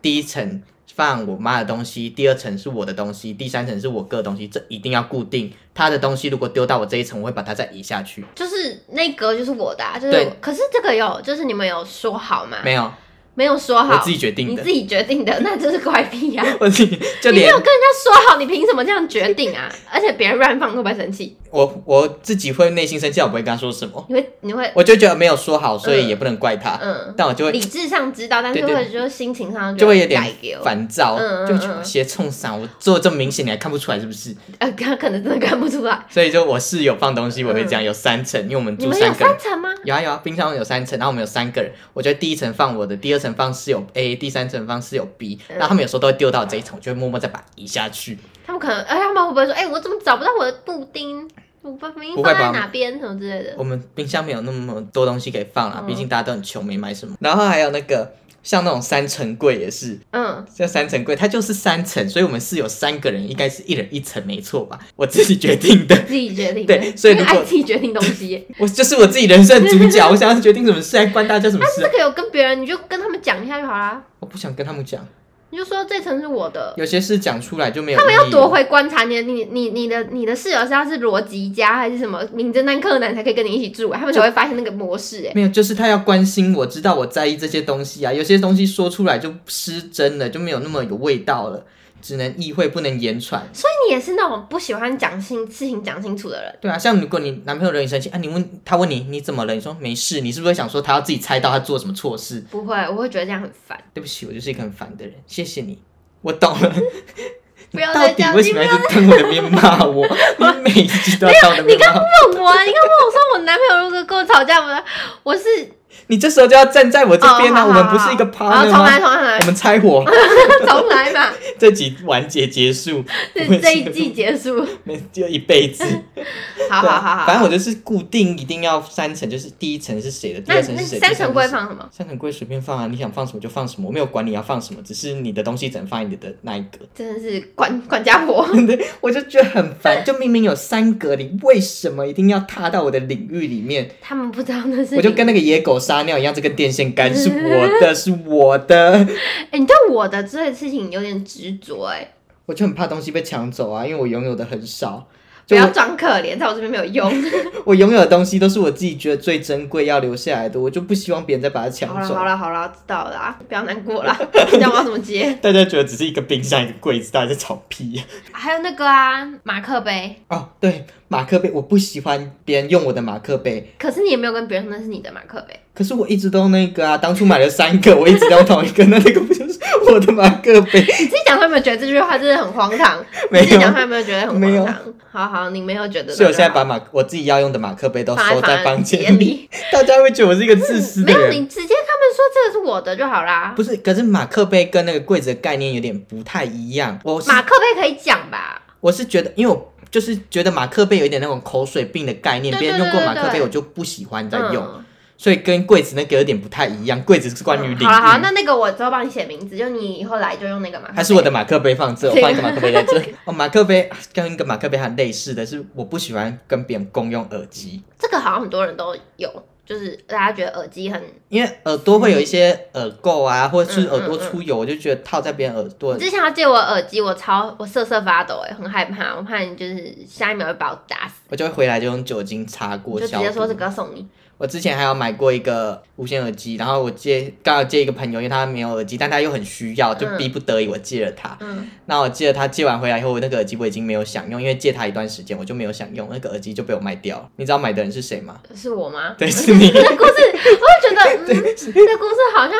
[SPEAKER 1] 第一层放我妈的东西，第二层是我的东西，第三层是我哥的东西，这一定要固定。他的东西如果丢到我这一层，我会把它再移下去。
[SPEAKER 2] 就是那格就是我的、啊，就是
[SPEAKER 1] 对
[SPEAKER 2] 我可是这个有，就是你们有说好吗？
[SPEAKER 1] 没有，
[SPEAKER 2] 没有说好，
[SPEAKER 1] 我啊自己决定
[SPEAKER 2] 你
[SPEAKER 1] 的
[SPEAKER 2] 自，己决定的，那真是怪癖啊！
[SPEAKER 1] 我 自己就
[SPEAKER 2] 你没
[SPEAKER 1] 连
[SPEAKER 2] 有跟人家说好，你凭什么这样决定啊？而且别人乱放会不会生气？
[SPEAKER 1] 我我自己会内心生气，我不会跟他说什么。
[SPEAKER 2] 你会你会
[SPEAKER 1] 我就觉得没有说好，所以也不能怪他，
[SPEAKER 2] 嗯，
[SPEAKER 1] 但我就
[SPEAKER 2] 理
[SPEAKER 1] 会
[SPEAKER 2] 智上知道，但是
[SPEAKER 1] 对对
[SPEAKER 2] 会就是心情上
[SPEAKER 1] 就会有
[SPEAKER 2] 改
[SPEAKER 1] 点
[SPEAKER 2] 给我
[SPEAKER 1] 烦躁，
[SPEAKER 2] 嗯嗯
[SPEAKER 1] 就会觉
[SPEAKER 2] 嗯
[SPEAKER 1] 得鞋冲上，我做得这么明显你还看不出来是不是？
[SPEAKER 2] 呃，他可能真的看不出来。
[SPEAKER 1] 所以就我室友放东西，我会这样，有三层，因为我们
[SPEAKER 2] 你
[SPEAKER 1] 住
[SPEAKER 2] 们有
[SPEAKER 1] 三个
[SPEAKER 2] 三。
[SPEAKER 1] 人
[SPEAKER 2] 层吗？
[SPEAKER 1] 有啊有啊，冰箱有三层，然后我们有三个人，我觉得第一层放我的，第二层放室友 A，第三层放室友 B，
[SPEAKER 2] 嗯
[SPEAKER 1] 然后他们有时候都会丢到这一层，我就会默默再把它移下去。
[SPEAKER 2] 他们可能，哎、他们会不会说，哎、我怎么找不到我的布丁？我把明
[SPEAKER 1] 不
[SPEAKER 2] 明
[SPEAKER 1] 会
[SPEAKER 2] 放
[SPEAKER 1] 吧
[SPEAKER 2] 在哪边什么之类的？
[SPEAKER 1] 我们冰箱没有那么多东西可以放啦，
[SPEAKER 2] 嗯
[SPEAKER 1] 毕竟大家都很穷，没买什么。然后还有那个像那种三层柜也是，
[SPEAKER 2] 嗯，
[SPEAKER 1] 这三层柜，它就是三层，所以我们是有三个人，应该是一人一层，没错吧？我自己决定的，
[SPEAKER 2] 自己决定的。
[SPEAKER 1] 对所以
[SPEAKER 2] 你
[SPEAKER 1] 如
[SPEAKER 2] 爱
[SPEAKER 1] 果
[SPEAKER 2] 自己决定东 西耶。
[SPEAKER 1] 我就是我自己人生的主角，我想要决定什么事，还关大家什么事
[SPEAKER 2] 这
[SPEAKER 1] 啊？
[SPEAKER 2] 个有跟别人，你就跟他们讲一下就好啦。
[SPEAKER 1] 我不想跟他们讲，
[SPEAKER 2] 你就说这层是我的。
[SPEAKER 1] 有些事讲出来就没有
[SPEAKER 2] 他们
[SPEAKER 1] 意义了
[SPEAKER 2] 要多会观察你的，你你你的你的室友是要是逻辑家还是什么名侦探柯南才可以跟你一起住、啊，他们才会发现那个模式、哎，
[SPEAKER 1] 没有，就是他要关心我，知道我在意这些东西啊。有些东西说出来就失真了，就没有那么有味道了，只能意会不能言传。
[SPEAKER 2] 所以你也是那种不喜欢讲清事情讲清楚的人。
[SPEAKER 1] 对啊，像如果你男朋友惹你生气啊，你问他问你你怎么了，你说没事，你是不是会想说他要自己猜到他做什么错事？
[SPEAKER 2] 不会，我会觉得这样很烦。
[SPEAKER 1] 对不起，我就是一个很烦的人，谢谢你，我懂了。
[SPEAKER 2] 不要
[SPEAKER 1] 到
[SPEAKER 2] 再
[SPEAKER 1] 底
[SPEAKER 2] 讲，
[SPEAKER 1] 为
[SPEAKER 2] 你
[SPEAKER 1] 什
[SPEAKER 2] 不
[SPEAKER 1] 么
[SPEAKER 2] 要
[SPEAKER 1] 要一直瞪我的面骂我？你每一集都要瞪我的面骂我，
[SPEAKER 2] 问我啊！你刚问我说我男朋友如果跟我吵架，我我是
[SPEAKER 1] 你这时候就要站在我这边啊！
[SPEAKER 2] 哦好
[SPEAKER 1] 我们不
[SPEAKER 2] 好
[SPEAKER 1] 是一个
[SPEAKER 2] 好好
[SPEAKER 1] partner
[SPEAKER 2] 重来
[SPEAKER 1] 吗？
[SPEAKER 2] 重来
[SPEAKER 1] 我们拆伙，
[SPEAKER 2] 重来嘛，
[SPEAKER 1] 这集完结结束，
[SPEAKER 2] 这
[SPEAKER 1] 我们
[SPEAKER 2] 这一 季结束，
[SPEAKER 1] 没就一辈子。
[SPEAKER 2] 好
[SPEAKER 1] 对
[SPEAKER 2] 好
[SPEAKER 1] 啊
[SPEAKER 2] 好
[SPEAKER 1] 反
[SPEAKER 2] 好。
[SPEAKER 1] 正我就是固定一定要三层，就是第一层是谁的，第
[SPEAKER 2] 那
[SPEAKER 1] 二
[SPEAKER 2] 那
[SPEAKER 1] 层是谁，
[SPEAKER 2] 三
[SPEAKER 1] 第
[SPEAKER 2] 层
[SPEAKER 1] 是
[SPEAKER 2] 会
[SPEAKER 1] 谁
[SPEAKER 2] 放什么？
[SPEAKER 1] 三层柜随便放啊，你想放什么就放什么，我没有管你要放什么，只是你的东西只能放你的那一格。
[SPEAKER 2] 真的是管管家婆，
[SPEAKER 1] 我就觉得很烦，就明明有三格，你为什么一定要踏到我的领域里面？
[SPEAKER 2] 他们不知道那是
[SPEAKER 1] 我就跟
[SPEAKER 2] 你
[SPEAKER 1] 那个野狗撒尿一样，这根电线杆是我 的，是我的，
[SPEAKER 2] 哎，你对我的这件事情有点执着哎，
[SPEAKER 1] 我就很怕东西被抢走啊，因为我拥有的很少，
[SPEAKER 2] 不
[SPEAKER 1] 就
[SPEAKER 2] 要
[SPEAKER 1] 我
[SPEAKER 2] 装可怜，在我这边没有 用。
[SPEAKER 1] 我拥有的东西都是我自己觉得最珍贵要留下来的，我就不希望别人再把它抢
[SPEAKER 2] 好了
[SPEAKER 1] 走
[SPEAKER 2] 好。了好了，知道了啊，不要难过了，知道我要怎么接。
[SPEAKER 1] 大家觉得只是一个冰箱一个柜子，大家在吵屁呀、
[SPEAKER 2] 还有那个啊，马克杯，
[SPEAKER 1] 哦，对，马克杯，我不喜欢别人用我的马克杯，
[SPEAKER 2] 可是你也没有跟别人说那是你的马克杯，
[SPEAKER 1] 可是我一直都那个啊，当初买了三个，我一直都用同一个，那那个不就是我的马克杯？
[SPEAKER 2] 你自己讲他们觉得这句话真的很荒唐，
[SPEAKER 1] 没有
[SPEAKER 2] 你是讲他们觉得很
[SPEAKER 1] 没有
[SPEAKER 2] 荒唐。好好，你没有觉得，
[SPEAKER 1] 所以我现在把马我自己要用的马克杯都
[SPEAKER 2] 放
[SPEAKER 1] 收
[SPEAKER 2] 在
[SPEAKER 1] 在房
[SPEAKER 2] 间
[SPEAKER 1] 间里，，大家会觉得我是一个自私
[SPEAKER 2] 没
[SPEAKER 1] 的
[SPEAKER 2] 有，
[SPEAKER 1] 人。
[SPEAKER 2] 你直接跟他们说这个是我的就好啦。
[SPEAKER 1] 不是，可是马克杯跟那个柜子的概念有点不太一样。我是
[SPEAKER 2] 马克杯可以讲吧？
[SPEAKER 1] 我是觉得，因为我就是觉得马克杯有一点那种口水病的概念，
[SPEAKER 2] 对
[SPEAKER 1] 别人
[SPEAKER 2] 对
[SPEAKER 1] 用过
[SPEAKER 2] 对
[SPEAKER 1] 马克
[SPEAKER 2] 对
[SPEAKER 1] 杯，我就不喜欢再用，
[SPEAKER 2] 嗯
[SPEAKER 1] 所以跟柜子那个有点不太一样。柜子是关
[SPEAKER 2] 嗯
[SPEAKER 1] 于领域，
[SPEAKER 2] 好了好了，那那个我之后帮你写名字，就你以后来就用那个嘛。
[SPEAKER 1] 还是我的马克杯放这，我
[SPEAKER 2] 这个
[SPEAKER 1] 放一个马克杯在这。哦，马克杯跟一个马克杯很类似的是，我不喜欢跟别人共用耳机，
[SPEAKER 2] 这个好像很多人都有，就是大家觉得耳机很。
[SPEAKER 1] 因为耳朵会有一些耳垢啊，或者
[SPEAKER 2] 嗯
[SPEAKER 1] 是耳朵
[SPEAKER 2] 嗯嗯
[SPEAKER 1] 出油，我就觉得套在别人耳朵
[SPEAKER 2] 你。之前要借我耳机，我超我瑟瑟发抖哎、很害怕，我怕你就是下一秒会把我打死，
[SPEAKER 1] 我就会回来就用酒精擦过
[SPEAKER 2] 就直
[SPEAKER 1] 消
[SPEAKER 2] 接
[SPEAKER 1] 毒
[SPEAKER 2] 说这。个送你。
[SPEAKER 1] 我之前还有买过一个无线耳机，然后我借刚好借一个朋友，因为他没有耳机，但他又很需要，就
[SPEAKER 2] 嗯
[SPEAKER 1] 逼不得已我借了他。
[SPEAKER 2] 嗯，
[SPEAKER 1] 那我借了他借完回来以后，我那个耳机我已经没有想用，因为借他一段时间我就没有想用，那个耳机就被我卖掉了。你知道买的人是谁吗？
[SPEAKER 2] 是我吗？
[SPEAKER 1] 对，是你。
[SPEAKER 2] 这故事，我就觉得， 嗯，这故事好像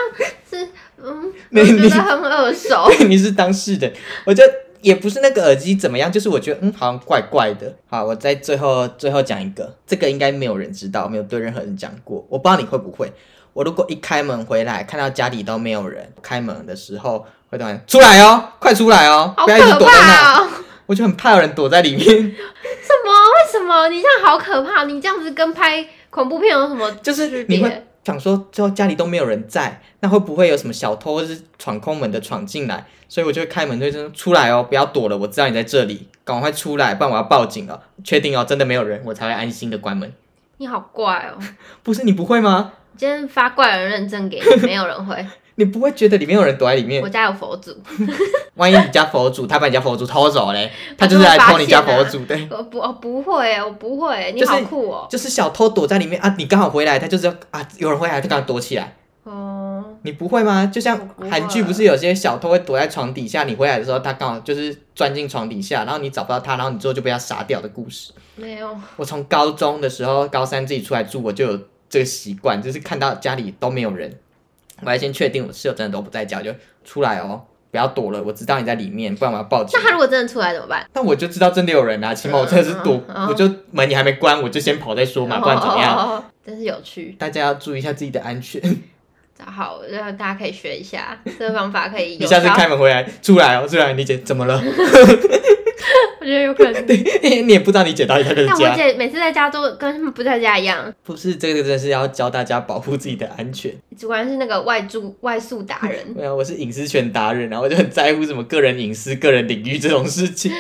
[SPEAKER 2] 是，嗯，
[SPEAKER 1] 没
[SPEAKER 2] 我觉
[SPEAKER 1] 你
[SPEAKER 2] 得很耳熟。
[SPEAKER 1] 对，你是当事人。我觉得也不是那个耳机怎么样，就是我觉得嗯，好像怪怪的。好，我在最后最后讲一个，这个应该没有人知道，没有对任何人讲过，我不知道你会不会。我如果一开门回来，看到家里都没有人，开门的时候会突然出来哦，快出来哦，
[SPEAKER 2] 好
[SPEAKER 1] 不
[SPEAKER 2] 可啊
[SPEAKER 1] 要一直躲在那，
[SPEAKER 2] 怕哦！
[SPEAKER 1] 我就很怕有人躲在里面，
[SPEAKER 2] 什么？为什么？你这样好可怕！你这样子跟拍恐怖片有什么
[SPEAKER 1] 就是
[SPEAKER 2] 区
[SPEAKER 1] 你
[SPEAKER 2] 别
[SPEAKER 1] 会？想说，最后家里都没有人在，那会不会有什么小偷或是闯空门的闯进来？所以我就会开门对说出来哦，不要躲了，我知道你在这里，赶快出来，不然我要报警了。确定哦，真的没有人，我才会安心的关门。
[SPEAKER 2] 你好怪哦！
[SPEAKER 1] 不 是你不会吗？
[SPEAKER 2] 今天发怪人认证给你，没有人 会。
[SPEAKER 1] 你不会觉得里面有人躲在里面
[SPEAKER 2] 我？家有佛祖，
[SPEAKER 1] 万一你家佛祖他把你家佛祖偷走嘞，他就是来偷你家佛祖的。
[SPEAKER 2] 我哦不，我不会耶，我不会耶。你
[SPEAKER 1] 就是
[SPEAKER 2] 好酷哦！
[SPEAKER 1] 就是小偷躲在里面啊，你刚好回来，他就是要啊，有人回来，他刚好躲起来。
[SPEAKER 2] 哦，
[SPEAKER 1] 你不会吗？就
[SPEAKER 2] 我
[SPEAKER 1] 像
[SPEAKER 2] 不会
[SPEAKER 1] 韩剧不是有些小偷会躲在床底下，你回来的时候他刚好就是钻进床底下，然后你找不到他，然后你最后就被他杀掉的故事。
[SPEAKER 2] 没 有，
[SPEAKER 1] 我从高中的时候，高三自己出来住，我就有这个习惯，就是看到家里都没有人，我还先确定我室友真的都不在家，我就出来哦，不要躲了，我知道你在里面，不然我要报 警
[SPEAKER 2] 那。他如果真的出来怎么办？
[SPEAKER 1] 但我就知道真的有人啊，起码我真的是躲，
[SPEAKER 2] 嗯嗯嗯
[SPEAKER 1] 我就门也还没关，我就先跑再说嘛，不然怎么样？
[SPEAKER 2] 哦？ 真是有趣，
[SPEAKER 1] 大家要注意一下自己的安全。
[SPEAKER 2] 好，让大家可以学一下这个方法，可以有
[SPEAKER 1] 你下次
[SPEAKER 2] 效
[SPEAKER 1] 开门回来，出来哦，出来，你姐怎么了？
[SPEAKER 2] 我觉得有 可能。
[SPEAKER 1] 你也不知道你姐到底在不在
[SPEAKER 2] 但我
[SPEAKER 1] 家。
[SPEAKER 2] 姐每次在家都跟他们不在家一样，
[SPEAKER 1] 不是这个，真的是要教大家保护自己的安全。
[SPEAKER 2] 主要是那个外住外宿达 人，
[SPEAKER 1] 对啊，我是隐私权达人啊，我就很在乎什么个人隐私、个人领域这种事情。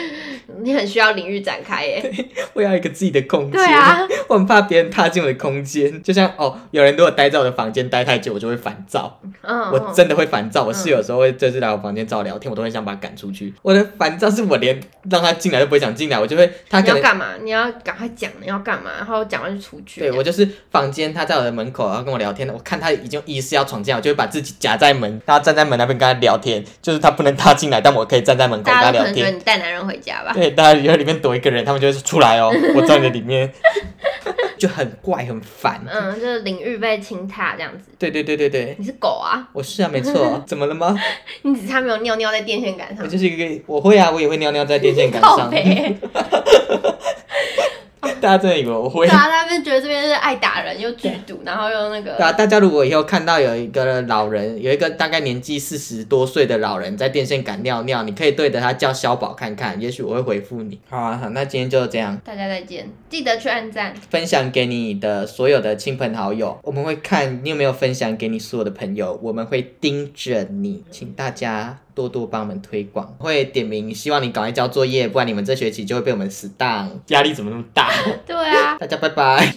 [SPEAKER 2] 你很需要领域展开耶。
[SPEAKER 1] 我要一个自己的空间。
[SPEAKER 2] 对啊，
[SPEAKER 1] 我很怕别人踏进我的空间。就像哦，有人如果待在我的房间待太久，我就会烦躁。
[SPEAKER 2] 嗯，
[SPEAKER 1] 我真的会烦躁。我室友有时候会就是来我房间找我聊天，我都会想把他赶出去。我的烦躁是我连让他进来都不会想进来，我就会他
[SPEAKER 2] 你
[SPEAKER 1] 可
[SPEAKER 2] 要
[SPEAKER 1] 能
[SPEAKER 2] 干嘛？你要赶快讲你要干嘛，然后讲完就出去。
[SPEAKER 1] 对我就是房间，他在我的门口，然后跟我聊天。我看他已经有意识要闯进来，我就会把自己夹在门，然后站在门那边跟他聊天。就是他不能踏进来，但我可以站在门口跟
[SPEAKER 2] 大家
[SPEAKER 1] 他
[SPEAKER 2] 都可
[SPEAKER 1] 聊
[SPEAKER 2] 能觉得啊
[SPEAKER 1] 天。
[SPEAKER 2] 你带男人回家吧？
[SPEAKER 1] 对，大家以为里面躲一个人，他们就会说出来哦，我在你的里面，就很怪很烦。
[SPEAKER 2] 嗯，就是领域被侵踏这样子。
[SPEAKER 1] 对对对对对，
[SPEAKER 2] 你是狗啊？
[SPEAKER 1] 我是啊，没错。怎么了吗？
[SPEAKER 2] 你只差没有尿尿在电线杆上
[SPEAKER 1] 我。就是一个，我会啊，我也会尿尿在电线杆
[SPEAKER 2] 靠
[SPEAKER 1] 上。
[SPEAKER 2] 北，
[SPEAKER 1] 大家真的以为我会
[SPEAKER 2] 对？啊，他们觉得这边是爱打人又剧毒，然后又那
[SPEAKER 1] 对啊，
[SPEAKER 2] 个，
[SPEAKER 1] 大家如果以后看到有一个老人，有一个大概年纪四十多岁的老人在电线杆尿尿，你可以对着他叫小宝看看，也许我会回复你。好啊，好，那今天就这样，
[SPEAKER 2] 大家再见，记得去按赞。
[SPEAKER 1] 分享给你的所有的亲朋好友，我们会看你有没有分享给你所有的朋友，我们会盯着你，请大家多多帮我们推广，会点名，希望你赶快交作业，不然你们这学期就会被我们死当，压力怎么那么大？
[SPEAKER 2] 对啊，
[SPEAKER 1] 大家拜拜。